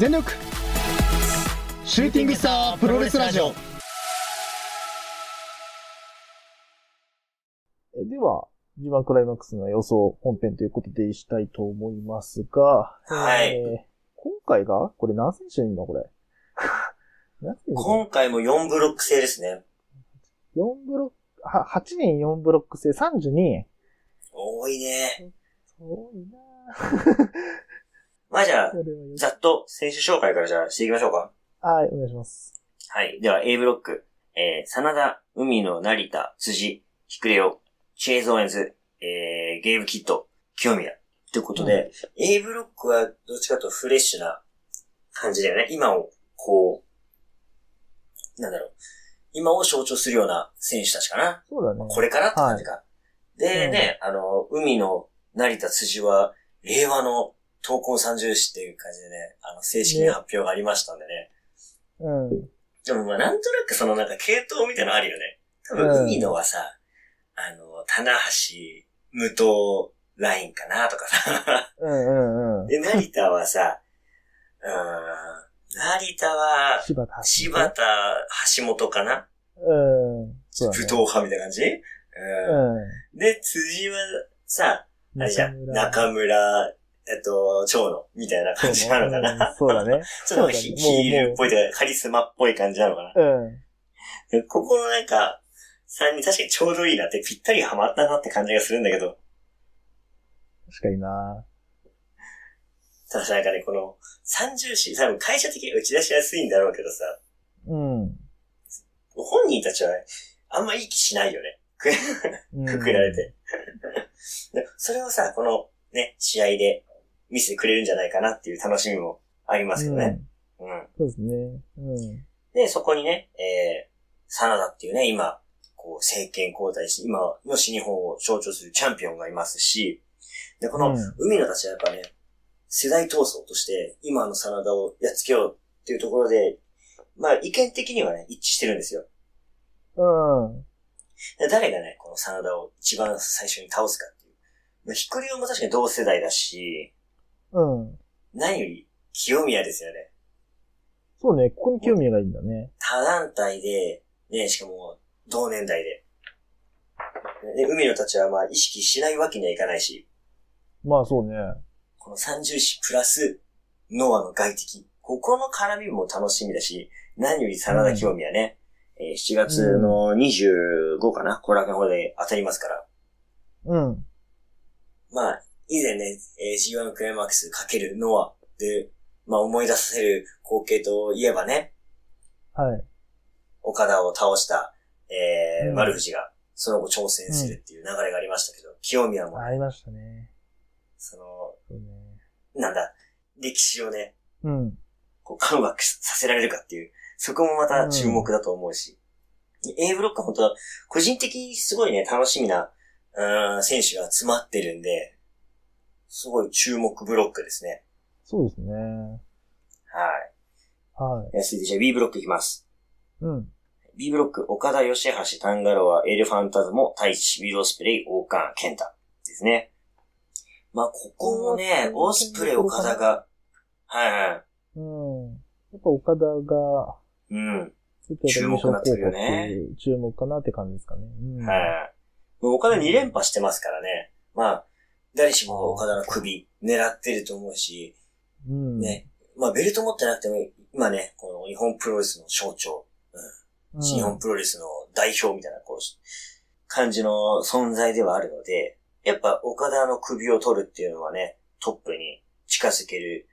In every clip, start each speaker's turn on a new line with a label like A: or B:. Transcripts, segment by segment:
A: 全力シューティングスタープロレスラジオ
B: えでは、G1 クライマックスの予想本編ということでしたいと思いますが、
C: はい
B: えー今回がこれ何選手いんのこれ。 何選手
C: 今回も4ブロック制ですね。
B: ?4 ブロック、は8人4ブロック制32人。
C: 多いね。
B: 多いなぁ
C: まあじゃあ
B: こ、れはよ
C: ざっと選手紹介からじゃあしていきましょうか。
B: はい、お願いします。
C: はい。では A ブロック。えー、真田、海野、成田、辻、ひくれよ、チェイズ・オーエンズ、えー、ゲーム・キッド、清宮。ということで、A ブロックはどっちかというとフレッシュな感じだよね。今を、こう、なんだろう。今を象徴するような選手たちかな。
B: そうだね。
C: これからって感じか。で
B: うん
C: ね、あの、海の成田辻は、令和の闘魂三重士っていう感じでね、あの、正式に
B: ね
C: 発表がありましたんでね。
B: うん。
C: でもまあ、なんとなくそのなんか系統みたいなのあるよね。多分、海野はさ、あの、棚橋、無党ラインかなと かさ。
B: うんうんうん。
C: で、成田はさ、うーん、成田は、
B: 柴田。
C: 柴田、橋本かな
B: うん。そうだ
C: 武
B: ね
C: 闘派みたいな感じ
B: う。
C: うんん。で、辻はさ、あれじゃん、
B: 村
C: 中村、えっと、長野みたいな感じなのかな。
B: そうだね。
C: ちょっとヒ
B: そうだね
C: ヒールっぽいというか、カリスマっぽい感じなのかな。
B: うん。
C: ここのなんか、3人確かにちょうどいいなってぴったりハマったなって感じがするんだけど、
B: 確かにな
C: ただなんかね、この三重視、多分会社的に打ち出しやすいんだろうけどさ、
B: うん。
C: 本人たちはあんまいい気しないよね。く
B: うん
C: くくられ。て。 でそれをさ、このね、試合で見せてくれるんじゃないかなっていう楽しみもありますよね。うん。
B: うん。そうですね。うん。
C: で、そこにね、えー、真田っていうね、今、こう、政権交代し、今の新日本を象徴するチャンピオンがいますし、で、こ
B: う
C: の
B: ん、
C: 海野たちはやっぱね、世代闘争として、今の真田をやっつけようっていうところで、まあ、意見的にはね、一致してるんですよ。
B: うん。
C: で誰がね、この真田を一番最初に倒すかっていう。まあ、ひくりおも確かに同世代だし、
B: うん。
C: 何より、清宮ですよね。
B: そうね、ここに興味がいいんだね。
C: 他団体で、ね、しかも、同年代で。で、海野たちはまあ意識しないわけにはいかないし、
B: まあそうね。
C: この三重視プラス、ノアの外敵。ここの絡みも楽しみだし、何より真田興味はね、えー7月の25かな、後楽の方で当たりますから。
B: うん。
C: まあ、以前ね、えー G1 クライマックス×ノアで、まあ思い出させる光景といえばね、
B: はい。
C: 岡田を倒した、えー
B: うん
C: 丸藤が、その後挑戦するっていう流れがありましたけど、清宮も、
B: ありましたね。
C: その、
B: そうね。
C: なんだ、歴史をね、
B: うん。
C: こう、カムバックさせられるかっていう、そこもまた注目だと思うし、A ブロックは本当は、個人的にすごいね、楽しみな、うーん、選手が詰まってるんで、すごい注目ブロックですね。
B: そうですね。
C: は
B: はい。
C: い。えー続いてじゃあ B ブロックいきます。
B: うん。
C: B ブロック、岡田、吉橋、タンガロア、エルファンタズモ、太一、ウィル・オスプレイ、王冠、健太ですね。まあ、ここもね、
B: おー
C: オスプレイ、岡田が、はいは
B: うん。やっぱ岡田が、
C: い。うん。
B: ちょっとやっぱ優勝
C: 注目になってるよね
B: 候補っていう注目かなって感じですかね。うん。
C: はい。もう岡田2連覇してますからね。まあ、誰しも岡田の首狙ってると思うし、
B: うん。
C: ね。まあ、ベルト持ってなくても、今ね、この日本プロレスの象徴、
B: うん。
C: 新日本プロレスの代表みたいな、こう、感じの存在ではあるので、やっぱ岡田の首を取るっていうのはね、トップに近づける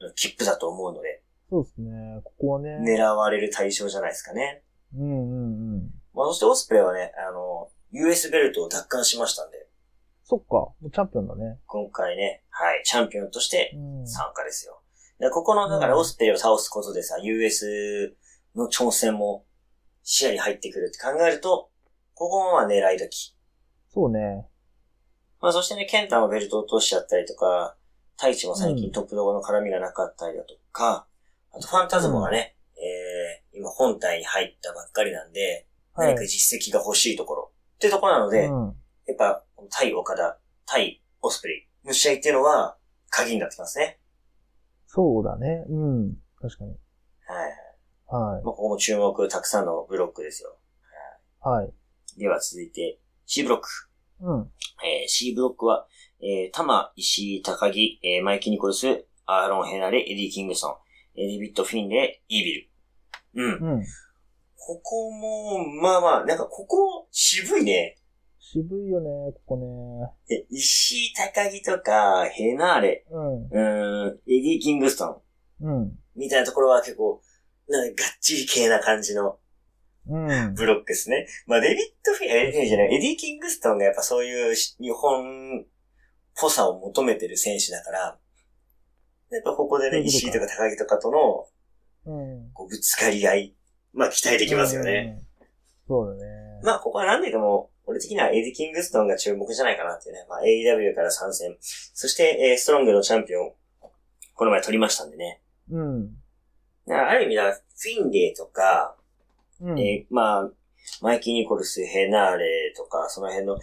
C: うん切符だと思うので、
B: そうですね。ここはね。
C: 狙われる対象じゃないですかね。
B: うんうんうん。
C: まあ、そしてオスプレイはね、あの、US ベルトを奪還しましたんで、
B: そっか。もうチャンピオンだね。
C: 今回ね、はい、チャンピオンとして
B: うん。
C: 参加ですよ。でここの、だから
B: うん
C: オスプレイを倒すことでさ、US の挑戦も視野に入ってくるって考えると、ここもまあ狙い時。
B: そうね。
C: まあそしてね、ケンタもベルトを落としちゃったりとか、タイチも最
B: う
C: 近
B: ん
C: トップ動画の絡みがなかったりだとか、あとファンタズムがね、えー、今本体に入ったばっかりなんで、
B: はい。
C: 何か実績が欲しいところってところなので、
B: うん。
C: やっぱ、対岡田、対オスプレイの試合っていうのは、鍵になってきますね。
B: そうだね。うん。確かに。
C: はい。
B: はい。
C: まあ、ここも注目、たくさんのブロックですよ。
B: はい。
C: では続いて、C ブロック。
B: うん。
C: えー C ブロックは、えー、タマ、石井、高木、えーマイキ・ニコルス、アーロン・ヘナレ、エディ・キングソン、えーデビッド・フィンレ、イービル。うん。
B: うん。
C: ここも、まあまあ、なんかここ、渋いね。
B: 渋いよね、ここね。
C: え石井、高木とか、ヘナレ、うーん、エディ・キングストン、
B: うん。うん。
C: みたいなところは結構、なんかがっちり系な感じの
B: うん。
C: ブロックですね。まあ、デビッド・フィン、えデビッドフィンじゃない、エディ・キングストンがやっぱそういうし日本っぽさを求めてる選手だから、やっぱここでね、
B: そういうこと
C: 石
B: か
C: 井とか高木とかとの
B: うん。
C: こうぶつかり合い、まあ期待で
B: で
C: きますよね。。
B: そうだね。
C: まあ、ここは何でかも、俺的にはエディ・キングストンが注目じゃないかなっていうね。まあ、AEW から参戦。そして、えーストロングのチャンピオン、この前取りましたんでね。
B: うん。
C: だからある意味だ、フィンレイとか、
B: うん。
C: えーまあ、マイキー・ニコルス、ヘナーレとか、その辺の、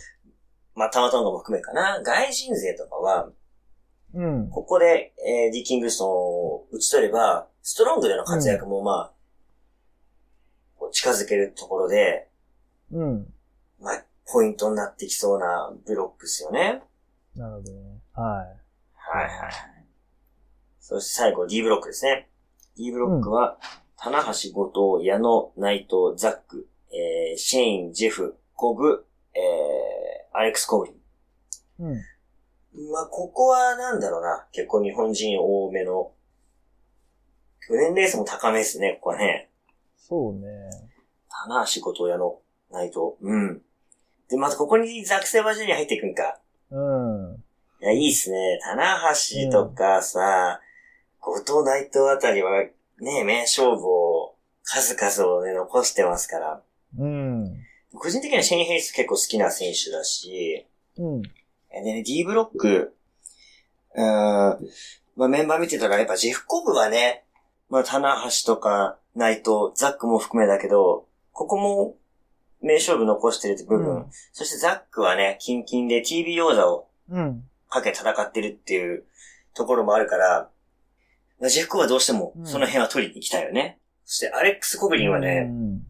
C: まあ、たまたまも含めかな、外人勢とかは、
B: うん。
C: ここで、えーディ・キングストンを打ち取れば、ストロングでの活躍も、まあ、こう近づけるところで、
B: うん。
C: まあ、ポイントになってきそうなブロックですよね。
B: なるほどね。はい。
C: はいはいはい。そして最後、D ブロックですね。D ブロックは、棚橋、後藤、矢野、内藤、ザック、えー、シェイン、ジェフ、コブ、えー、アレックス・コブリ
B: うん。
C: ン。まあ、ここはなんだろうな。結構日本人多めの。年齢層も高めですね、ここはね。
B: そうね。
C: 棚橋、後藤、矢野、内藤。うん。で、またここにザック・セバジュニア入ってくんか。
B: うん。
C: いや、いいっすね。棚橋とかさ、後藤内藤あたりは、ね、名勝負を、数々をね、残してますから。
B: うん。
C: 個人的にはシェイン・ヘイス結構好きな選手だし、
B: うん。
C: でね、D ブロック、うーん、まあメンバー見てたらやっぱジェフコブはね、まあ棚橋とか内藤、ザックも含めだけど、ここも名勝負残してるって部分、そしてザックはね、キンキンで TB 王座を
B: うん。
C: かけ戦ってるっていうところもあるから、ジェフコブはどうしてもその辺は取りに行きたいよね。そしてアレックス・コブリンは
B: う
C: ね、
B: ん。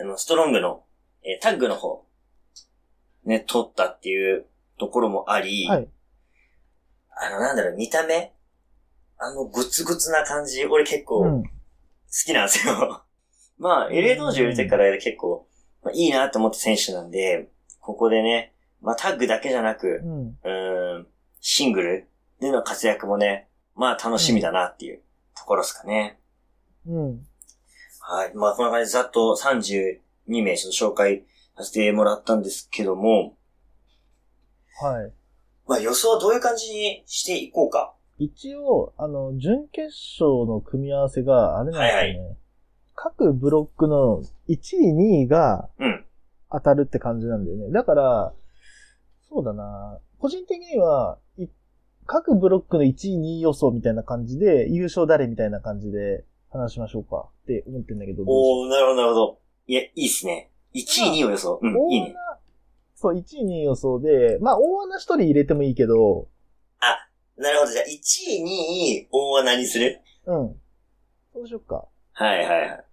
C: あの、ストロングの、えータッグの方、ね、取ったっていうところもあり、
B: はい。
C: あの、なんだろう、見た目あの、グツグツな感じ、俺結構
B: う
C: 好
B: ん。
C: きなんですよ。 まあ、LA 道場入れてから結構、まあ、いいなと思った選手なんで、ここでね、まあタッグだけじゃなく、
B: うん。
C: うーん、シングルでの活躍もね、まあ楽しみだなっていうところですかね。
B: うん。
C: はい。まあこんな感じでざっと32名ちょっと紹介させてもらったんですけども、
B: はい。
C: まあ予想はどういう感じにしていこうか。
B: 一応、あの、準決勝の組み合わせが、あれなんですよね。
C: はい
B: 各ブロックの1位、2位が
C: うん。
B: 当たるって感じなんだよね。だから、そうだな個人的には、い各ブロックの1位、2位予想みたいな感じで、優勝誰みたいな感じで話しましょうかって思ってんだけど、どうしよう
C: おー、なるほど、なるほど。いや、いいっすね。1位、2位を予想。うん、いい
B: 大
C: ね
B: 穴。、そう、1位、2位予想で、まあ、大穴1人入れてもいいけど、
C: なるほど。じゃあ、1位、2位、大穴にする
B: うん。そうしよっか。
C: はいはいはい。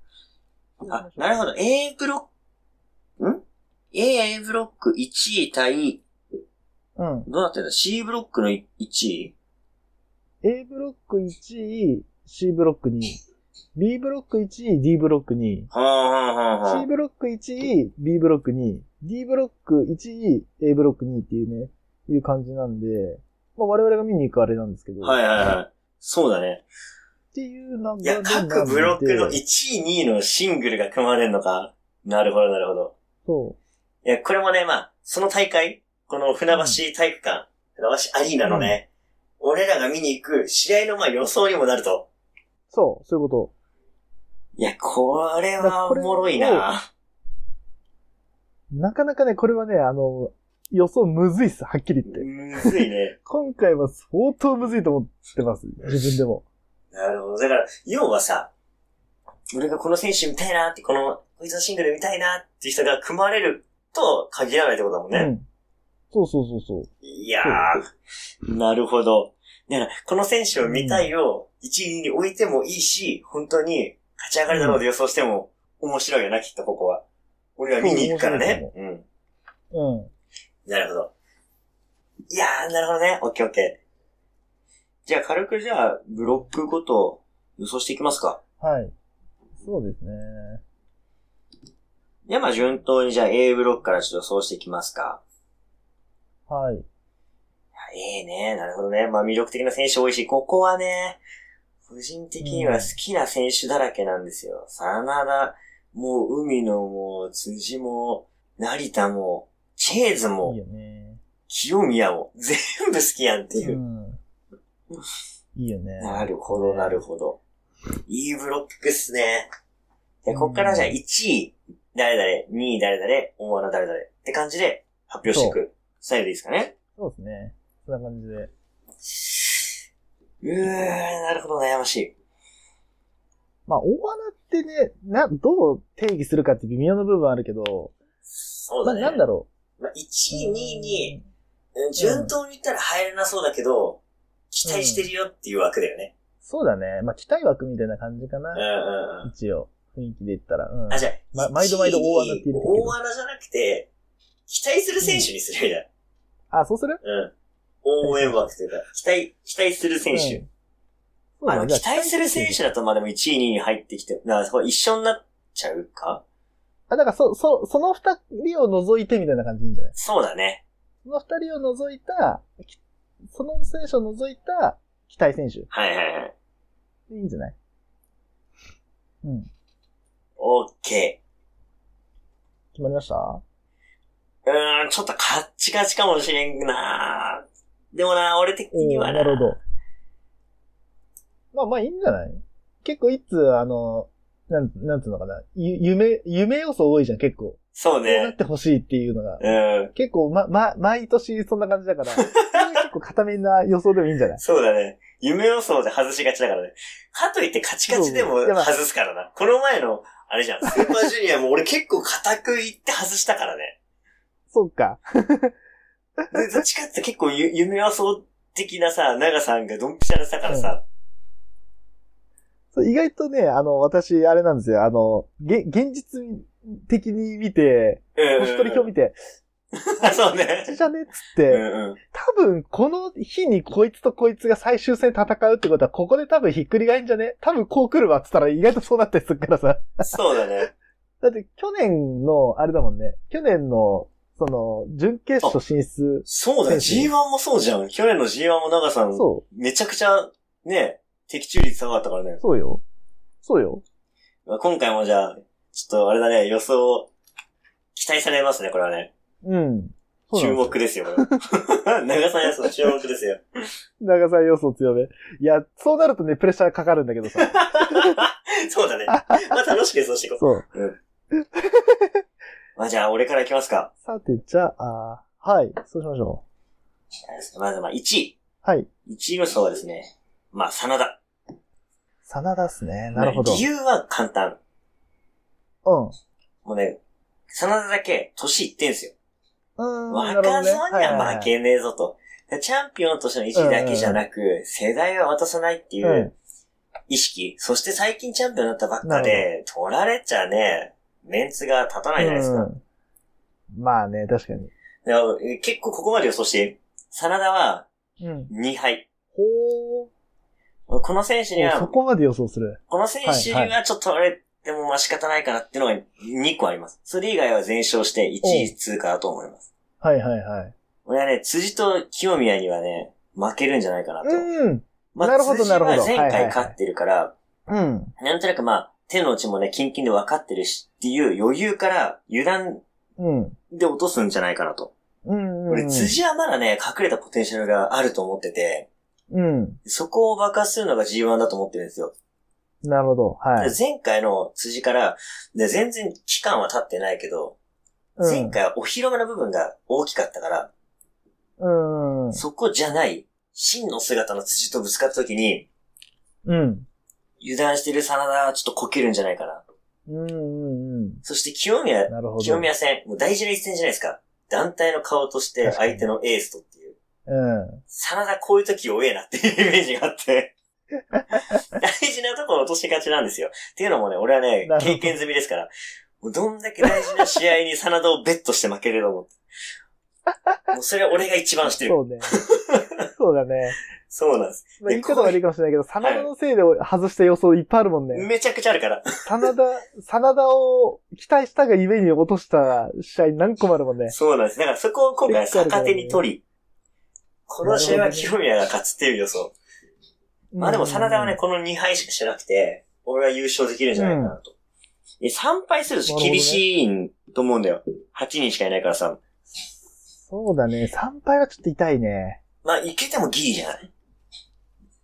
C: あ、なるほど。A ブロック、ん ?A、A ブロック1位対
B: ど。うん。
C: どうなってんだ ?C ブロックの1位
B: A ブロック1位、C ブロック2位。B ブロック1位、D ブロック2位。
C: はあはあは
B: C ブロック1位、B ブロック2位。D ブロック1位、A ブロック2位っていうね、いう感じなんで、まあ、我々が見に行くあれなんですけど。
C: はいはい
B: っ
C: はい。そうだね。
B: ていう流れ
C: い
B: な
C: や、
B: んで。
C: 各ブロックの1位、2位のシングルが組まれるのか。なるほどなるほど。
B: そ
C: いや、これもね、まあ、その大会、この船橋体育館、船橋アリーナのね、俺らが見に行く試合のまあ予想にもなると。
B: う。そう、そういうこ
C: いや、これはおもろい
B: いやこれ
C: な。
B: と。なかなかね、これはね、あの、予想むずいっす、はっきり言って。
C: むずいね。
B: 今回は相当むずいと思ってます。自分でも。
C: なるほど。だから、要はさ、俺がこの選手見たいなって、この、こいつのシングル見たいなって人が組まれると限らないってことだもんね。
B: うん。そうそうそうそう。
C: いやー、なるほど。だから、この選手を見たいを、 1位に置いてもいいし、本当に勝ち上がるだろうと予想しても面白いよな、きっとここは。俺は見に行くからね。うん。
B: うん。
C: なるほど。いやー、なるほどね。オッケーオッケー。じゃあ軽くじゃあ、ブロックごと予想していきますか。
B: はい。そうですね。
C: じゃあまあ順当にじゃあ A ブロックからちょっと予想していきますか。
B: はい。
C: ええね、なるほどね。まあ魅力的な選手多いし、ここはね、個人的には好きな選手だらけなんですよ。真田、もう海野も、辻も、成田も、チェーズ
B: いい
C: も、
B: よね。
C: 清宮も、全部好きやんっていうう。
B: ん。いいよね。
C: なるほど、なるほど。いいブロックっすね。で、こっからじゃあ1位、誰々、2位誰々、思わな誰々って感じで発表していく。スタイルでいいですかね。
B: そうですね。そんな感じで。
C: うーん、なるほど、悩ましい。
B: まあ、大穴ってね、な、どう定義するかって微妙な部分あるけど、
C: そう
B: ま
C: だ
B: あ、
C: ね。
B: なんだろ
C: まあ、1
B: う。
C: 位、2位に、うん順当に言ったら入れなそうだけど、期待してるよっていう枠だよね。
B: そうだね。まあ、期待枠みたいな感じか
C: うんう
B: な。
C: んうん。
B: 一応、雰囲気で言ったら。うん。
C: あ、じゃあ、
B: ま毎度毎度大穴って言うけど
C: 1位大穴じゃなくて、期待する選手にするじゃん。
B: あ、そうする
C: うん。応援枠というか、期待、期待する選手。
B: うん
C: あの、
B: じゃ
C: 期待する選手だと、まあでも1位、2位に入ってきて、な、そこ一緒になっちゃうか
B: あ、だから、そ、そ、その二人を除いてみたいな感じでいいんじゃない
C: そうだね。
B: その二人を除いた、きその選手を除いた、期待選手。
C: はいはいはい。
B: いいんじゃないうん。
C: オッケー。
B: 決まりました
C: うーん、ちょっとカッチカチかもしれんなでもな、俺的に
B: お
C: は
B: ー
C: な。
B: なるほど。まあまあいいんじゃない結構いつ、あの、なん、なんつうのかな。ゆ夢、夢要素多いじゃん、結構。
C: そ
B: こ
C: う
B: うなっ
C: ね。
B: てほしいっていうのが。
C: うん。
B: 結構、ま、ま、毎年そんな感じだ から、それ結構固めな予想でもいいんじゃない
C: そうだね。夢予想で外しがちだからね。かといってカチカチでも
B: そうでも
C: 外すからな。この前の、あれじ ゃん、スーパージュニアも俺結構固くいって外したからね。
B: そうか。
C: でどっちかって結構ゆ夢予想的なさ、長さんがドンピシャだったからさ。
B: そう意外とね、あの、私、あれなんですよ。あの、げ、現実的に見て、
C: うん。
B: 星取り表見て、
C: あ、 そう
B: こっち
C: ね。
B: じゃねっつっ
C: う
B: て、
C: んうん。
B: 多分、この日にこいつとこいつが最終戦戦うってことは、ここで多分ひっくり返んじゃね多分こう来るわって言ったら意外とそうなったりするから さ。
C: そうだね。
B: だって去年の、あれだもんね。去年の、その、準決勝進出。
C: そうだね。
B: 選手
C: G1 もそうじゃん。去年の G1 も長さん、
B: そ
C: めちゃくちゃ、ね、的中率下がったからね
B: う、。そうよ。そうよ。
C: まあ、今回もじゃあ、ちょっとあれだね、予想、期待されますね、これはね。
B: うん。そう
C: 注
B: なの
C: 目ですよ、 これは長さんやつの注目ですよ。
B: 長さ要素強め。いや、そうなるとね、プレッシャーかかるんだけどさ。
C: そ うだね。まあ楽しく予想していこ
B: そう。
C: う。まあじゃあ、俺からいきますか。
B: さて、じゃあ、はい。そうしましょ
C: まずまあ、1
B: う。
C: 位。
B: はい。
C: 1位予想はですね、まあ、真田。
B: 真田っすね。なるほど。
C: 理由は簡単。
B: うん。
C: もうね、真田だけ、年いってんすよ。
B: うーん。
C: 若造に
B: い
C: は負
B: い
C: けねえぞと。チャンピオンとしての意地だけじゃなく、世代は渡さないっていう、
B: うん
C: 意識、そして最近チャンピオンになったばっかで、取られちゃね、メンツが立たないじゃないですか。
B: うんまあね、確かに。
C: だからえ結構ここまで予想して、真田は
B: うん。
C: 2敗。
B: ほー。
C: この選手に
B: そ
C: は、こ
B: こまで予想する。
C: の選手にはちょっと取られてもまあ仕方ないかなっていうのが2個あります。それ以外は全勝して1位通過だと思います。
B: はいはいはい。
C: 俺はね、辻と清宮にはね、負けるんじゃないかなと。
B: うん。
C: まあ、
B: なるほど
C: 辻は
B: なるほど
C: 前
B: はいはい
C: 回
B: はい
C: 勝ってるから、
B: うん。
C: なんとなくまあ、手の内もね、キンキンで分かってるしっていう余裕から油断
B: うん。
C: で落とすんじゃないかなと。
B: うん。
C: 俺、辻はまだね、隠れたポテンシャルがあると思ってて、
B: うん。
C: そこを爆発するのが G1 だと思ってるんですよ。
B: なるほど。はい。
C: で前回の辻から、で全然期間は経ってないけど、
B: うん
C: 前。回はお披露目の部分が大きかったから、
B: うん。う
C: そこじゃない、真の姿の辻とぶつかった時に、
B: ん。
C: 油断してる真田はちょっとこけるんじゃないかな。
B: うん。うん。うん
C: そして清宮、
B: なるほ
C: 清
B: ど。
C: 宮戦、もう大事な一戦じゃないですか。団体の顔として
B: 確かに
C: 相手のエースとっていう。
B: うん。
C: 真田こういう時弱えなっていうイメージがあって。大事なところ落としがちなんですよ。っていうのもね、俺はね
B: なる、ほど
C: 経験済みですから。もうどんだけ大事な試合に真田をベットして負けるのも。もうそれは俺が一番してる。
B: そうね。そうだね。
C: そうなんです。
B: まあ、言い方悪いかもしれないけど、真田のせいで外した予想いっぱいあるもんね。
C: めちゃくちゃあるから。
B: 真田、真田を期待したがゆえに落とした試合何個もあるもんね。
C: そうなんです。だからそこを今回逆手に取り、この試合は清宮が勝つっていう予想。まあでも、真田はね、この2敗しかしてなくて、俺は優勝できるんじゃないかなと。え3敗すると厳しいと思うんだよ。8人しかいないからさ。
B: そうだね。3敗はちょっと痛いね。
C: まあ、いけてもギリじゃない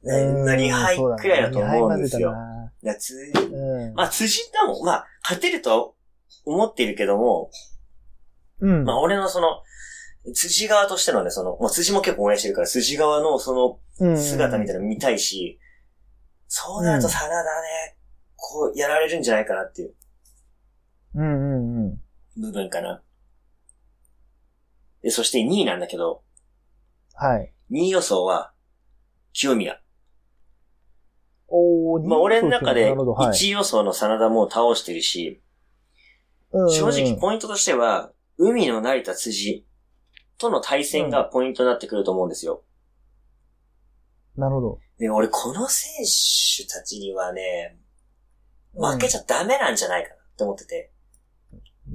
C: な2敗くらいだと思うんですよ。
B: そうだね
C: だからつ
B: 二敗までだな
C: まあ、辻田も、まあ、勝てるとは思っているけども、
B: うん。うん。
C: まあ、俺のその、辻側としてのね、その、まあ、辻も結構応援してるから、辻側のその、
B: うん
C: 姿みたいなの見たいし、そうなると真田ね、こうやられるんじゃないかなっていう
B: うんうんうん。
C: 部分かな。で、そして2位なんだけど、
B: はい。
C: 2位予想は、清宮。
B: お
C: まあ俺の中で
B: なるほどはい
C: 1位予想の真田も倒してるし、正直ポイントとしては、海の成田辻との対戦がポイントになってくると思うんですよ。
B: なるほど。
C: で、俺この選手たちにはね、負けちゃダメなんじゃないかなって思ってて。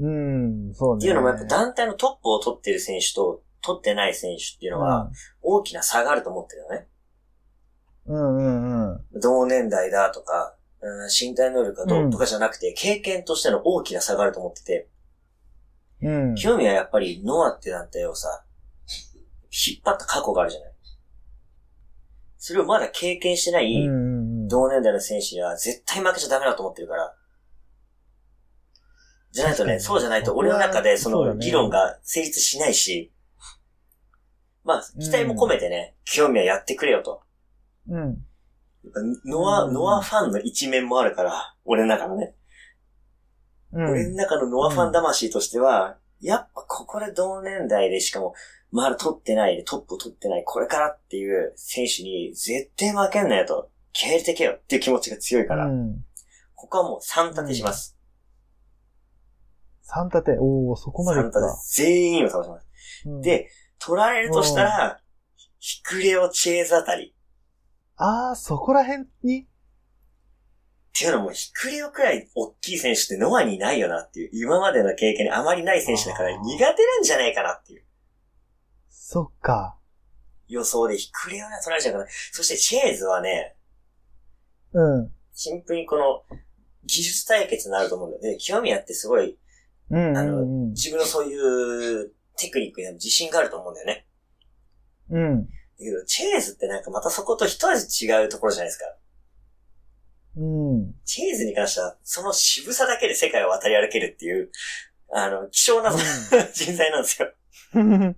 B: うん、そうね。
C: っていうのもやっぱ団体のトップを取ってる選手と取ってない選手っていうのは大きな差があると思ってるよね。
B: うん、うんうんうん。
C: 同年代だとか、うん身体能力がどうとかじゃなくて、経験としての大きな差があると思ってて、
B: うん。
C: 清宮はやっぱりノアって団体をさ、引っ張った過去があるじゃない。それをまだ経験してない
B: うんうんうん
C: 同年代の選手には絶対負けちゃダメだと思ってるから。じゃないと
B: 確か
C: ね、
B: に
C: そうじゃないと俺の中でそ
B: そうだ
C: の
B: ね
C: 議論が成立しないし、まあ、期待も込めてね、興味はやってくれよと。
B: うん。
C: やっぱノア、
B: うん
C: ノアファンの一面もあるから、俺の中のね。
B: うん。
C: 俺の中のノアファン魂としては、やっぱここで同年代でしかも、まだ取ってないで、トップを取ってない、これからっていう選手に絶対負けんなよと、気合入れてけよっていう気持ちが強いから、
B: うん。
C: ここはもう3立てします。
B: 三立て。おおそこまでい
C: サ
B: っ
C: ンタ
B: た
C: で。全員を倒します。
B: うん、
C: で、取られるとしたら、ヒクレオチェーズあたり。
B: ああ、そこら辺に
C: っていうのも、ヒクレオくらい大きい選手ってノアにいないよなっていう、今までの経験にあまりない選手だから
B: あー
C: 苦手なんじゃないかなっていう
B: そっか。
C: 予想で、ヒクレオが取られちゃうかな。そしてチェーズはね、
B: うん。
C: シンプルにこの、技術対決になると思うんだよね。清宮ってすごい、
B: うん
C: あ
B: う
C: の
B: んうん。
C: 自分のそういうテクニックに自信があると思うんだよね。
B: うん。
C: だけど、チェーズってなんかまたそこと一味違うところじゃないですか。
B: うん。
C: チェーズに関しては、その渋さだけで世界を渡り歩けるっていう、あの、希少な人材なんですよ。
B: うん。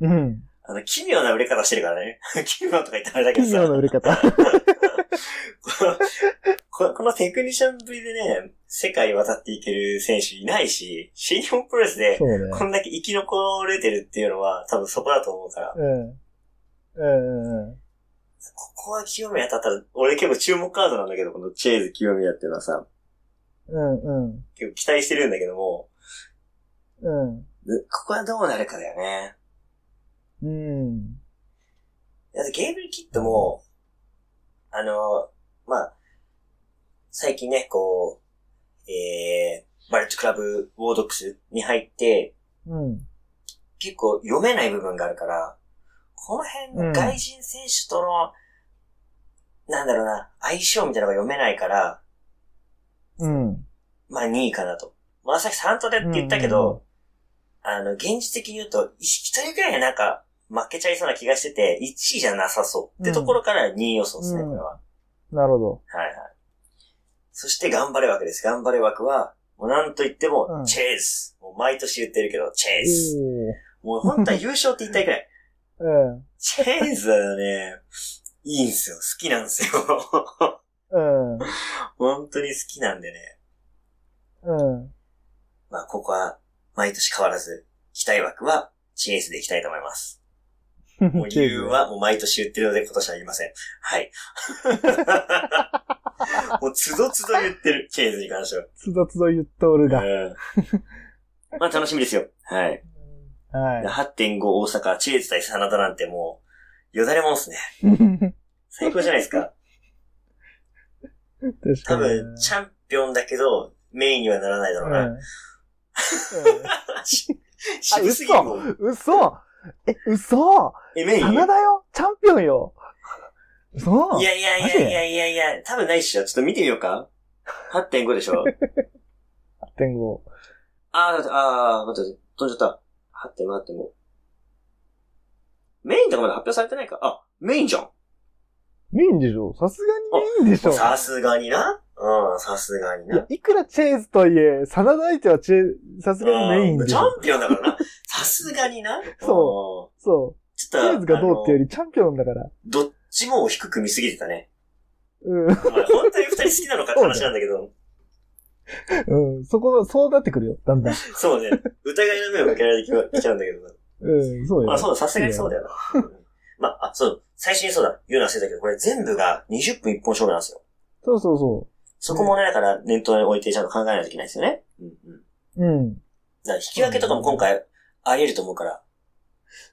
B: うん。
C: あの、奇妙な売れ方してるからね。 奇妙とか言ったらあれだけど
B: 奇
C: さ。
B: 妙な売れ方。
C: このこのテクニシャンぶりでね、世界渡っていける選手いないし、新日本プロレスで
B: そ、うね
C: こ。んだけ生き残れてるっていうのは、多分そこだと思うから、
B: うん。うんうんうん。
C: ここは清宮だったら、俺結構注目カードなんだけど、このチェーズ清宮っていうのはさ、
B: うんうん。
C: 結構期待してるんだけども、
B: うん。
C: でここはどうなるかだよね。
B: うん。
C: だってゲーブルキットも、あの、まあ、最近ね、こう、えー、バレットクラブウォードックスに入って、
B: うん。
C: 結構読めない部分があるから、この辺の外人選手との、なんだろうな、相性みたいなのが読めないから、
B: うん。
C: まあ2位かなと。まあさっき3とでって言ったけど、あの、現実的に言うと、一一人くらいなんか負けちゃいそうな気がしてて、1位じゃなさそう。ってところから2位予想ですね、
B: うん
C: これは。
B: なるほど。
C: はいはい。そして、頑張れ枠です。頑張れ枠は、もうなんと言って
B: う
C: も
B: ん、
C: チェイス。もう毎年言ってるけど、チェイス。
B: お
C: もう本当は優勝って言いたいくらい。
B: ー
C: チェイスはね、いいんすよ。好 きなんですよ。
B: うん。
C: 本当に好きなんでね。
B: うん。うん。
C: まあ、ここは、毎年変わらず、期待枠は、チェイスでいきたいと思います。もう理由はもう毎年言ってるので今年は言いません。 はい。もうつどつど言ってる、ケーズに関しては。
B: つどつど言っとおるが。
C: うんまあ楽しみですよ。はい。
B: は
C: 8.5大阪、チェーズ対サナダなんてもう、よだれもんっすね。
B: い。
C: 最高じゃないですか。
B: 確かにね。
C: 多分、チャンピオンだけど、メインにはならないだろう
B: う
C: な。
B: ん
C: し渋すぎるもん。
B: うん嘘え、嘘
C: え、メイン
B: 棚だよチャンピオンよ嘘
C: いやいやい
B: マジ
C: やいやいやいや、多分ないっしょ。ちょっと見てみようか。8.5でし ょ
B: 8.5。
C: あー、あー、待って待って、飛んじゃった。8.5、8.5。メインとかまだ発表されてないかあ、メインじゃん。
B: メインでしょさすがにメインでしょ
C: さすがにな。うん、さすがに
B: いや
C: な。
B: いくらチェーズといえ、サナダ相手はチェーさすがにメイン
C: うん
B: で
C: チ
B: し
C: ャ
B: ょ
C: ンピオンだからな。さすがにな。
B: そそ
C: うん。ち
B: う。チ
C: ょっ
B: ェ
C: と、
B: ーズがどうっていうよ
C: あの
B: りチャンピオンだから。
C: どっちも低く見すぎてたね。
B: うん。
C: お前本当に二人好きなのかって話なんだけど。
B: うん。そこ、そうなってくるよ。だんだん。
C: そうね。疑いの目を向けられてきちゃうんだけど。
B: うん、そうよ。
C: まあそうだ、さすがにそうだよな。うんまあ、あ、そう、最初にそうだ、言うの忘れたけど、これ全部が20分一本勝負なんですよ。
B: そうそうそ
C: そこもね、だから念頭に置いてちゃんと考えないといけないですよね。うんうん。
B: う。うん。
C: だから引き分けとかも今回、あり得ると思うから。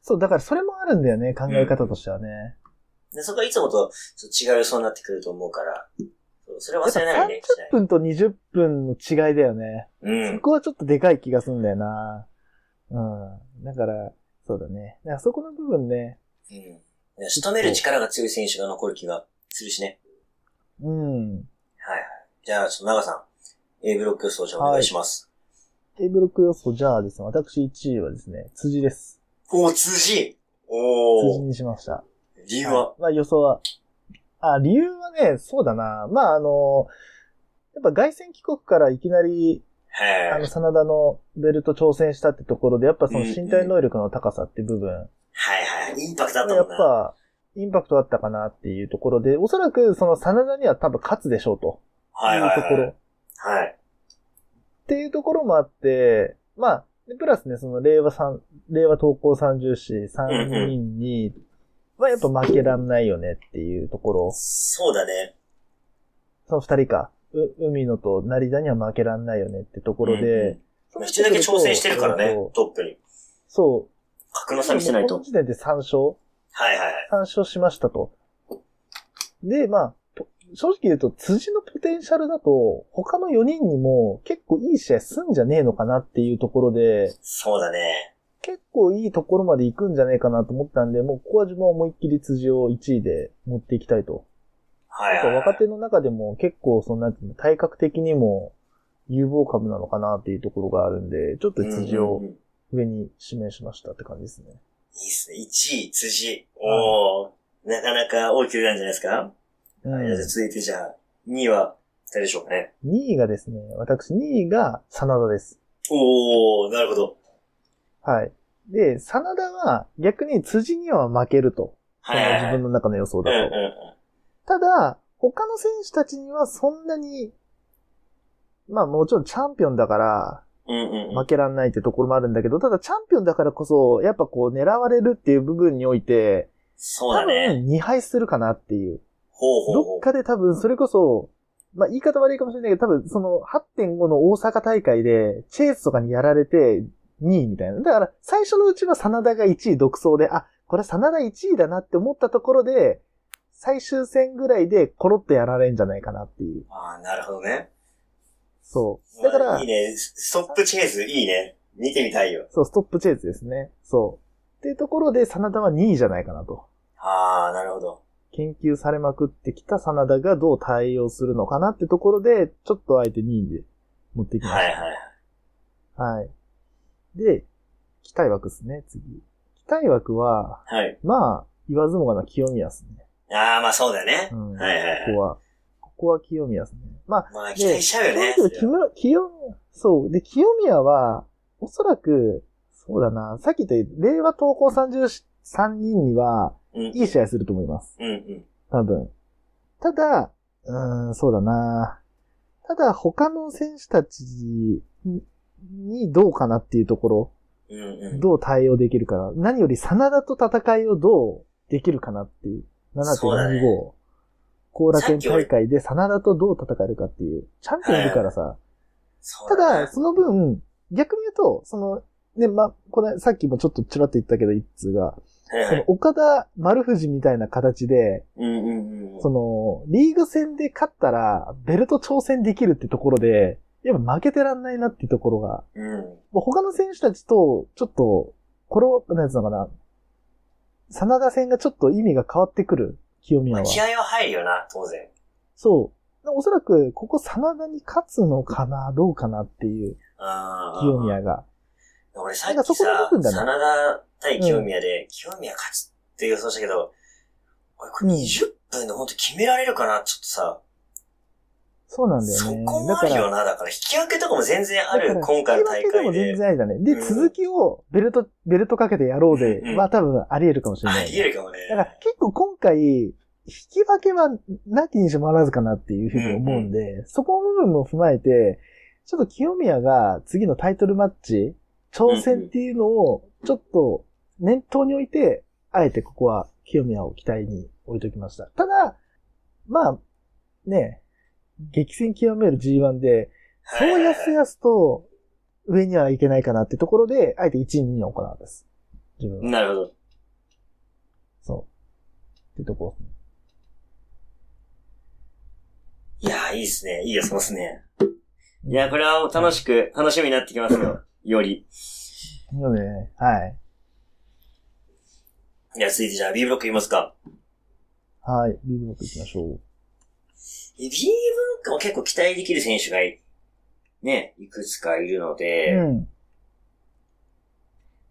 B: そう、だからそれもあるんだよね、考え方としてはね。
C: でそこはいつもとちょっと違う予想になってくると思うから。そうそれは
B: やっ
C: 忘
B: ぱ
C: れないようにね、しない
B: 30分と20分の違いだよね。
C: うん
B: そ。こはちょっとでかい気がするんだよな。うん。だから、そうだね。だからそこの部分ね。
C: うん。仕留める力が強い選手が残る気がするしね。
B: うん。
C: はいはい。じゃあ、ちょっと長さん、A ブロック予想じゃあお願いします。
B: A ブロック予想、じゃあですね、私1位はですね、辻です。
C: おー、辻
B: 辻
C: おー、
B: にしました。
C: 理由は、
B: いまあ予想は。あ、理由はね、そうだな。まああの、やっぱ外戦帰国からいきなり、あ
C: は
B: の、
C: い。
B: 真田のベルト挑戦したってところで、やっぱその身体能力の高さって部分、
C: はいはい。インパクトあった
B: や
C: も
B: っ
C: んな。
B: ぱ、インパクトあったかなっていうところで、おそらくその真田には多分勝つでしょうと。
C: はいいうはい
B: ところ。
C: はい。はい。
B: っていうところもあって、まあ、でプラスね、その、令和三、令和投稿三重士三人に、はやっぱ負けらんないよねっていうところ、
C: そうだね。
B: その二人か、う、海野と成田には負けらんないよねってところ
C: うん
B: で
C: う、ん。一人だけ挑戦してるからね
B: そう、
C: トップに。
B: そう。
C: 格の差見せない
B: ことの。時点で3勝
C: はいはいはい。
B: 3勝しましたと。で、まあ、と正直言うと、辻のポテンシャルだと、他の4人にも結構いい試合すんじゃねえのかなっていうところで、
C: そうだね。
B: 結構いいところまで行くんじゃねえかなと思ったんで、もうここは自分は思いっきり辻を1位で持っていきたいと。
C: はい
B: やっ
C: は
B: ぱ
C: いはい。
B: 若手の中でも結構、そのなんていうの、体格的にも有望株なのかなっていうところがあるんで、ちょっと辻
C: う
B: を
C: んうんうん
B: 上に指名しましたって感じですね。
C: いいっすね。1位、辻。おー。なかなか大きくなんじゃないですか
B: うん
C: はいじゃあ続いてじゃあ、2位は、誰でしょうかね。
B: 2位がですね、私2位が真田です。
C: おー、なるほど。
B: はい。で、真田は逆に辻には負けると。
C: はいは
B: そ
C: い
B: の
C: はい。
B: 自分の中の予想
C: う
B: だ
C: んう
B: と。
C: んうん。
B: ただ、他の選手たちにはそんなに、まあもちろんチャンピオンだから
C: うんうんうん
B: 負。けらんないってところもあるんだけど、ただチャンピオンだからこそ、やっぱこう狙われるっていう部分において、
C: そう
B: 多
C: だね。
B: 分2敗するかなっていう。
C: ほうほう
B: ど
C: ほう
B: っ。かで多分それこそ、まあ言い方悪いかもしれないけど、多分その8.5の大阪大会で、チェイスとかにやられて2位みたいな。だから最初のうちは真田が1位独走で、あ、これ真田1位だなって思ったところで、最終戦ぐらいでコロッとやられんじゃないかなっていう。
C: ああ、なるほどね。
B: そう。だか
C: うわ
B: ら
C: いい、ね。ストップチェーズ、いいね。見てみたいよ。
B: そう、ストップチェイスですね。そう。っていうところで、真田は2位じゃないかなと。
C: ああ、なるほど。
B: 研究されまくってきた真田がどう対応するのかなってところで、ちょっとあえて2位で持ってきました。
C: はいはいはい。
B: はい。で、期待枠ですね、次。期待枠は、
C: はい。
B: まあ、言わずもがな清宮ですね。
C: ああ、まあそうだよね。
B: うん。
C: はいはいはい
B: ここは、ここは清宮ですね。まあ、
C: まあ期待しちゃうよね。
B: だけど清宮、清宮そう。で、清宮は、おそらく、そうだな、さっき言った令和投稿33人には、
C: うん。
B: いい試合すると思います。
C: うんうん。
B: 多分。ただ、うーん、そうだな。ただ、他の選手たちに、にどうかなっていうところ。
C: ううんうん。
B: どう対応できるかな。何より、真田と戦いをどうできるかなっていう。
C: そうだね
B: 7.25。後楽園
C: さっき
B: 大会で真田とどう戦えるかっていう。チャンピオンいるからさ。
C: そう
B: た
C: だね
B: だ、その分、逆に言うと、その、ね、ま、これ、さっきもちょっとちらっと言ったけど、一通が、
C: はいは
B: その
C: い、
B: 岡田丸藤みたいな形で、
C: うんうんうん。
B: その、リーグ戦で勝ったら、ベルト挑戦できるってところで、やっぱ負けてらんないなっていうところが、
C: うん。
B: もう他の選手たちと、ちょっと、コロなんつうのかな、真田戦がちょっと意味が変わってくる、清宮
C: まあ
B: は。
C: 気合は入るよな、当然。
B: そう。おそらく、ここ真田に勝つのかな、どうかなっていう、
C: ああ。
B: 清宮が。
C: 俺さ
B: な
C: っ
B: んかそ
C: き
B: この
C: さ、
B: 部分だ
C: 真
B: ね
C: 田対清宮で、清宮勝つって予想したけど、俺これ
B: うん
C: 20分で本当決められるかな、ちょっとさ。
B: そうなんだよね。
C: そこもあるよな、だから引き分けとかも全然ある、今回の大
B: でも
C: 会
B: 全
C: で。
B: 然ありだね。で、
C: うん
B: 続きをベルト、ベルトかけてやろうぜ
C: うん
B: は多分あり得るかもしれな
C: あ
B: い。
C: りえるかもね。
B: だから結構今回、引き分けはなきにしもあらずかなっていうふうに思うんで、そこの部分も踏まえて、ちょっと清宮が次のタイトルマッチ、挑戦っていうのを、ちょっと念頭に置いて、あえてここは清宮を期待に置いときました。ただ、まあ、ね、激戦極める G1 で、
C: は
B: そ
C: いは
B: う
C: いは
B: や
C: い
B: すやすと上にはいけないかなってところで、あえて1位、2位の行うです。自分は。
C: なるほど。
B: そう。ってとこ。
C: いやー、いいっすね。いいよ、そうっすね。いやー、これはもう楽しく、楽しみになってきますよ。より。
B: そうね。はい。
C: いや、続いてじゃあ B ブロック言いますか。
B: はい。ビブロック行きましょう。
C: え B ブロックも結構期待できる選手がい、ね、いくつかいるので、
B: うん。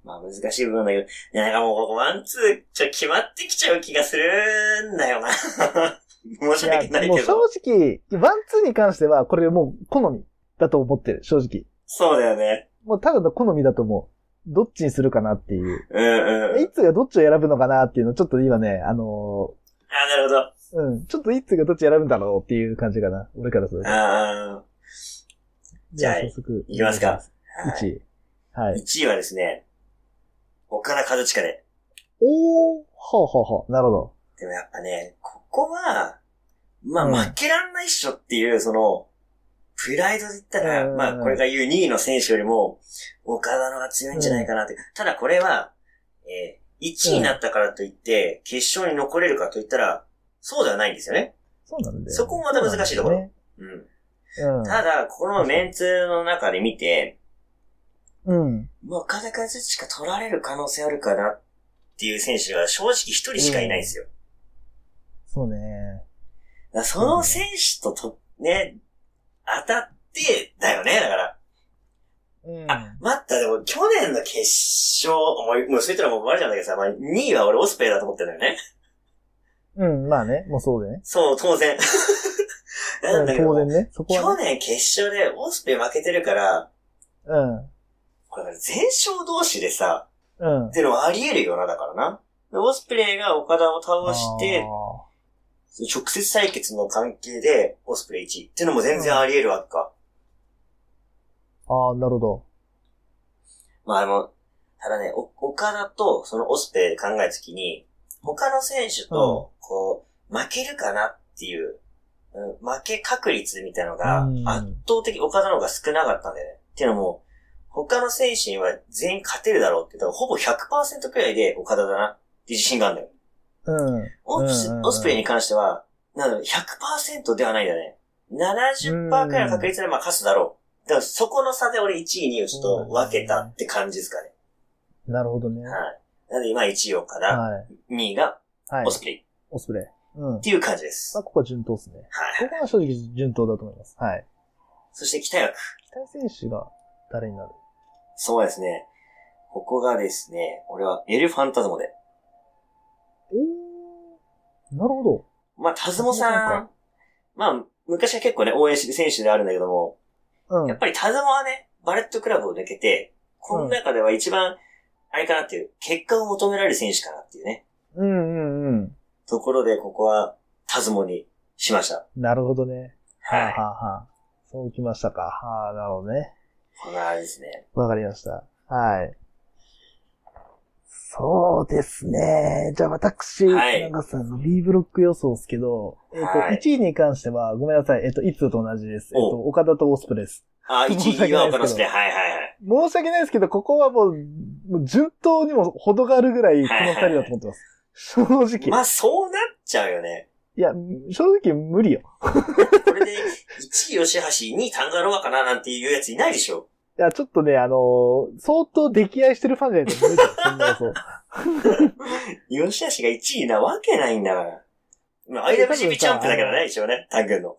C: まあ難しい部分だけど、いやなんかもうワンツー、ちょ、決まってきちゃう気がするんだよな。 申し訳ない
B: もう
C: け
B: 正
C: ど。
B: 直、ワンツーに関しては、これもう好みだと思ってる、正直。
C: そうだよね。
B: もうただの好みだと思う。どっちにするかなっていう。
C: うんうん。
B: いつがどっちを選ぶのかなっていうの、ちょっと今ね、あの
C: あ、なるほど。あ
B: ーうん。ちょっといつがどっちを選ぶんだろうっていう感じかな。俺からすると。
C: あじゃあ
B: 早速。
C: いきますか。
B: 1位。は
C: ー、
B: い。
C: 1位はですね、岡田和親で。
B: おー、ほうほうほう。なるほど。
C: でもやっぱね、ここは、ま
B: うん
C: あ負けらんないっしょっていう、その、プライドで言ったら、
B: うん
C: まあこれが言う2位の選手よりも、岡田の方が強いんじゃないかなって。ただこれは、え1位になったからといって、決勝に残れるかといったら、そうではないんですよね。
B: そうなんだよね。
C: そこもまた難しいところうん。
B: そうなん
C: ただ、このメンツの中で見て、
B: だよね。うん。うん。
C: もう岡田和親取られる可能性あるかなっていう選手が正直一人しかいないんですよ。
B: そうね。
C: だからその選手とと、ね、当たって、だよね、だから。
B: うん。
C: あ、待った、でも去年の決勝、もう、もうそういったらもうバレちゃうんだけどさ、まあ、2位は俺オスペイだと思ってんだよね。
B: うん、まあね、もうそうでね。
C: そう、当然。 なんだけ
B: 当
C: ど、
B: 然ね、そこ
C: 去
B: は、ね。
C: 年決勝でオスペイ負けてるから、これ全勝同士でさ、
B: うん。うん
C: っ。てのはあり得るよな、だからな。でオスプレイが岡田を倒して、
B: あ
C: 直接対決の関係で、オスプレイ1位ってのも全然あり得るわけか。
B: ーあー、なるほど。
C: まああの、ただね、お岡田とそのオスプレイで考えるときに、他の選手と、こう、負けるかなっていう、うん、負け確率みたいなのが
B: うん、
C: 圧倒的岡田の方が少なかったんだよね。っていうのも、他の選手には全員勝てるだろうって、だからほぼ100%くらいで岡田だなって自信があるんだよ。
B: うん。
C: オス
B: うんうんうん
C: オスプレイに関しては、なんだろう、100%ではないんだね。70%くらいの確率でまあ勝つだろう。だからそこの差で俺1位、2位をちょっと分けたって感じですかね。
B: なるほどね。は
C: はい。なので今1位をから、2位が
B: い。はい
C: オ。スプレイっ
B: オスプレイ。うん。
C: ていう感じです。
B: まあ、ここは順当ですね。
C: はい。
B: ここは正直順当だと思います。はい。
C: そして北役。
B: 期待選手が誰になる
C: そうですね。ここがですね、俺はエルファンタズモで。
B: おー、なるほど。
C: まあ、タズモさん、まあ、昔は結構ね、応援してる選手であるんだけども、
B: うん。
C: やっぱり田沢はね、バレットクラブを抜けて、この中では一番、あれかなっていう、結果を求められる選手かなっていうね、
B: うんうんうん。
C: ところでここは田沢にしました。
B: なるほどね。はあ、
C: はい。
B: はあはあ、そうきましたか。はあ、なるほどね。
C: こんなあれですね。
B: わかりました。はい。そうですね。じゃあ私、
C: はい
B: 長さんの B ブロック予想ですけど、えっ、と、
C: はい
B: 1位に関しては、ごめんなさい。えっ、と、いつと同じです。えっ、
C: お
B: と、岡田とオスプレイです。
C: あ、
B: 申し
C: 1
B: 訳
C: 位
B: な
C: はい
B: ですけど
C: 岡野スペ、はいはいはい。
B: 申し訳ないですけど、ここはもう、もう順当にも程があるぐらい、この二人だと思ってます。正
C: ま
B: 直。
C: あ、そうなっちゃうよね。
B: いや、正直無理よ。
C: これで、1位吉橋、2位タンガロアかななんていうやついないでしょ。
B: いや、ちょっとね、あのー相当溺愛してるファンじゃないと無理だよ、そんな予想。
C: 吉橋が1位なわけないんだから。まあ、IWGP チャンプだからないでしょうね、タングの。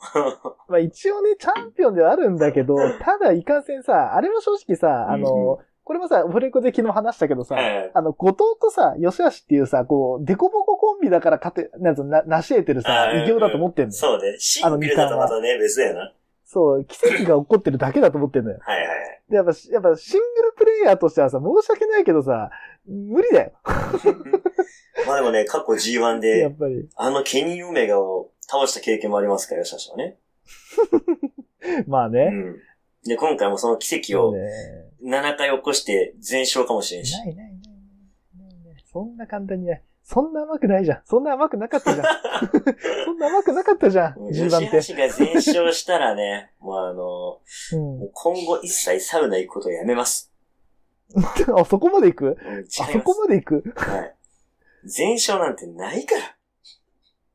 B: まあ一応ね、チャンピオンではあるんだけ ど、ただいかんせんさ、あれも正直さ、あ
C: うんう
B: の、これもさ、オフレコで昨日話したけどさ、
C: ええ
B: あの、後藤とさ、吉橋っていうさ、こう、デコボココンビだから勝て、なんつうのな、なし得てるさ、
C: あー
B: 偉業だと思ってんのよ。
C: そうね。シングルだとまたね、別だよな。
B: そう、奇跡が起こってるだけだと思ってんのよ。
C: はいはいはい。
B: で、やっぱ、やっぱシングルプレイヤーとしてはさ、申し訳ないけどさ、無理だよ。
C: まあでもね、過去 G1
B: やっ
C: で、
B: ぱり。
C: あのケニー・オメガを倒した経験もありますから、吉橋はね。
B: まあ
C: う
B: ね。
C: ん。で、今回もその奇跡
B: そう
C: を
B: ね。
C: 7回起こして全勝かもしれんし
B: な。いないないないないない。そんな簡単にない。そんな甘くないじゃん。そんな甘くなかったじ ゃん。そんな甘くなかったじゃん。
C: 吉
B: 10番って。
C: 橋が全勝したらね、 もうあの、
B: うん
C: もう今後一切サウナ行くことをやめます。
B: あ、そこまで行く
C: うん、違いま
B: あ
C: す
B: そ。こまで行く
C: はい。全勝なんてないから。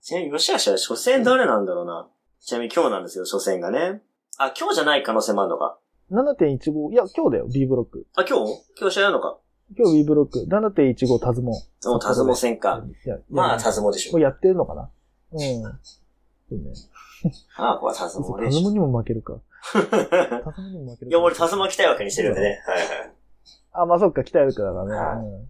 C: ちなみに吉橋は初戦誰なんだろうな。ちなみに今日なんですよ、初戦がね。あ、今日じゃない可能性もあるのか。
B: ?7.15。いや、今日だよ、B ブロック。
C: あ、今日今日試合あるのか。
B: 今日 B ブロック。7.15タズモン。
C: もうタズモ戦か。
B: いや、いや
C: まあ、タズモでし
B: も
C: ょ
B: う。やってるのかなうん。そうね。
C: あここはタズ
B: そう
C: モ
B: タ
C: で
B: ズ
C: し
B: モ
C: ょ。
B: にも負けるか。
C: い
B: タズモにも負けるか。
C: や、俺タズモ来たいわけにしてるんでね。はいは
B: あ、まあ、そっか、鍛えるからだ
C: はい
B: ね。うん
C: い。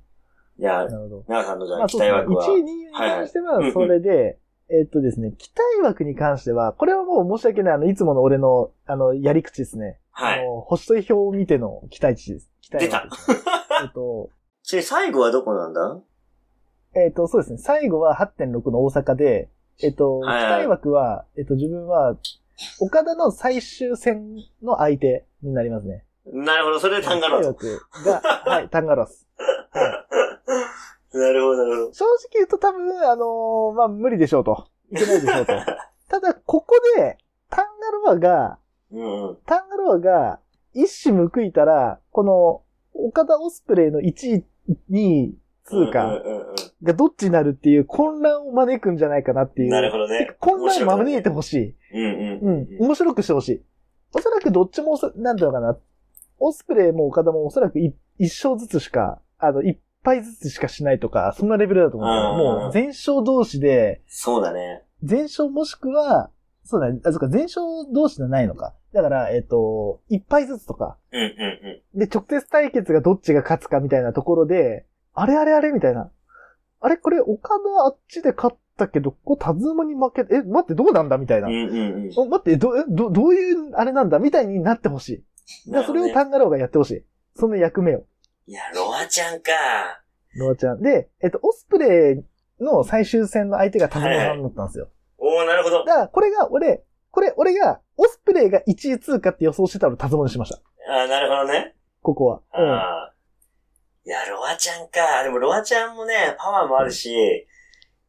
C: いや
B: な、るほど。
C: 奈良さんのじゃ
B: ま
C: あ
B: あ、
C: 期
B: そうで
C: 待
B: すね。
C: 枠は。
B: 1位、2位に関しては、それで、えっとですね、期待枠に関しては、これはもう申し訳ない、あの、いつもの俺の、あの、やり口ですね。
C: は
B: あ
C: い。
B: の、星と表を見ての期待値です。期待
C: 出た
B: 枠ですえっと、
C: ちなみに最後はどこなんだ
B: えっと、そうですね。最後は8.6の大阪で、えっと、期
C: はいはい
B: 待枠は、えっと、自分は、岡田の最終戦の相手になりますね。
C: なるほど、それでタンガロー
B: 期
C: と。
B: 待枠が、はい、タンガロス。
C: なるほど、なるほど。
B: 正直言うと多分、あのーまあ、無理でしょうと。いけないでし ょうと。ただ、ここで、タンガロアが、
C: うんうん。
B: タンガロアが、一矢報いたら、この、岡田オスプレイの1位、2位、通
C: うん
B: 過
C: うんうん
B: がどっちになるっていう混乱を招くんじゃないかなって
C: う
B: い
C: ん。
B: う。
C: なるほどね。
B: 混
C: 面
B: 乱を
C: 白くなる
B: 招いてほしい。
C: うんうん
B: うん。面白くしてほしい。おそらくどっちもおそ、なんていうのかな。オスプレイも岡田もおそらくい一勝ずつしか、あの、一杯ずつしかしないとか、そんなレベルだと思うから。
C: うん
B: もう、全勝同士で、
C: そうだね。
B: 全勝もしくは、そうだね。あ、そっか、全勝同士じゃないのか。だから、えっ、と、一杯ずつとか。
C: うんうん
B: で、直接対決がどっちが勝つかみたいなところで、あれあれあれみたいな。あれこれ、岡田あっちで勝ったけど、ここタズマに負け、え、待って、どうなんだみたいな
C: うん。う。んうんうん。
B: お待って、ど、えど、どういう、あれなんだみたいになってほしい。じゃあそれを
C: なるほどね
B: タンガローがやってほしい。その役目を。
C: いや、ロアちゃんか。
B: ロアちゃん。で、えっと、オスプレイの最終戦の相手がタズマさんだったんですよ。
C: おー、なるほど。
B: だから、これが俺、これ、俺が、オスプレイが1位通過って予想してたのをタズマにしました。
C: あーなるほどね。
B: ここは。
C: あーいや、ロアちゃんか。でも、ロアちゃんもね、パワーもあるし、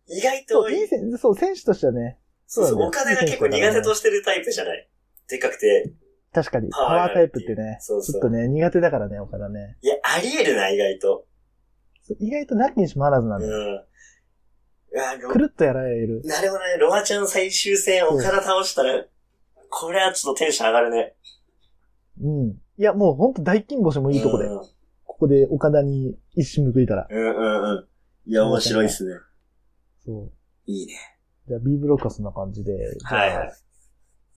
C: 意外
B: うん。そ
C: と
B: う、、いい選手、そう、選手としてはね、
C: そうそう、
B: そう
C: 岡
B: だ
C: 田
B: ね
C: が結構苦手としてるタイプじゃない。でかくて。
B: 確かに、
C: パ
B: パ
C: ワーが
B: ワータイプってね、ち
C: そ
B: ょ
C: うそ
B: っ
C: う
B: とね、苦手だからね、岡田ね。
C: いや、ありえるな、意外と。
B: そう意外と何にしもあらずな
C: うん
B: だよ。
C: ん。うわロ
B: くるっとやられる。
C: なるほどね。ロアちゃん最終戦、岡田倒したら、これはちょっとテンション上がるね。
B: うん。いや、もうほんと大金星もいいとこで
C: う。ん
B: ここで岡田に一矢報いたら。
C: うんうんうん。いや、面白いっすね。
B: そう。
C: いいね。
B: じゃあ B ブロックはそんな感じで。
C: はいは
B: じゃ
C: い
B: あ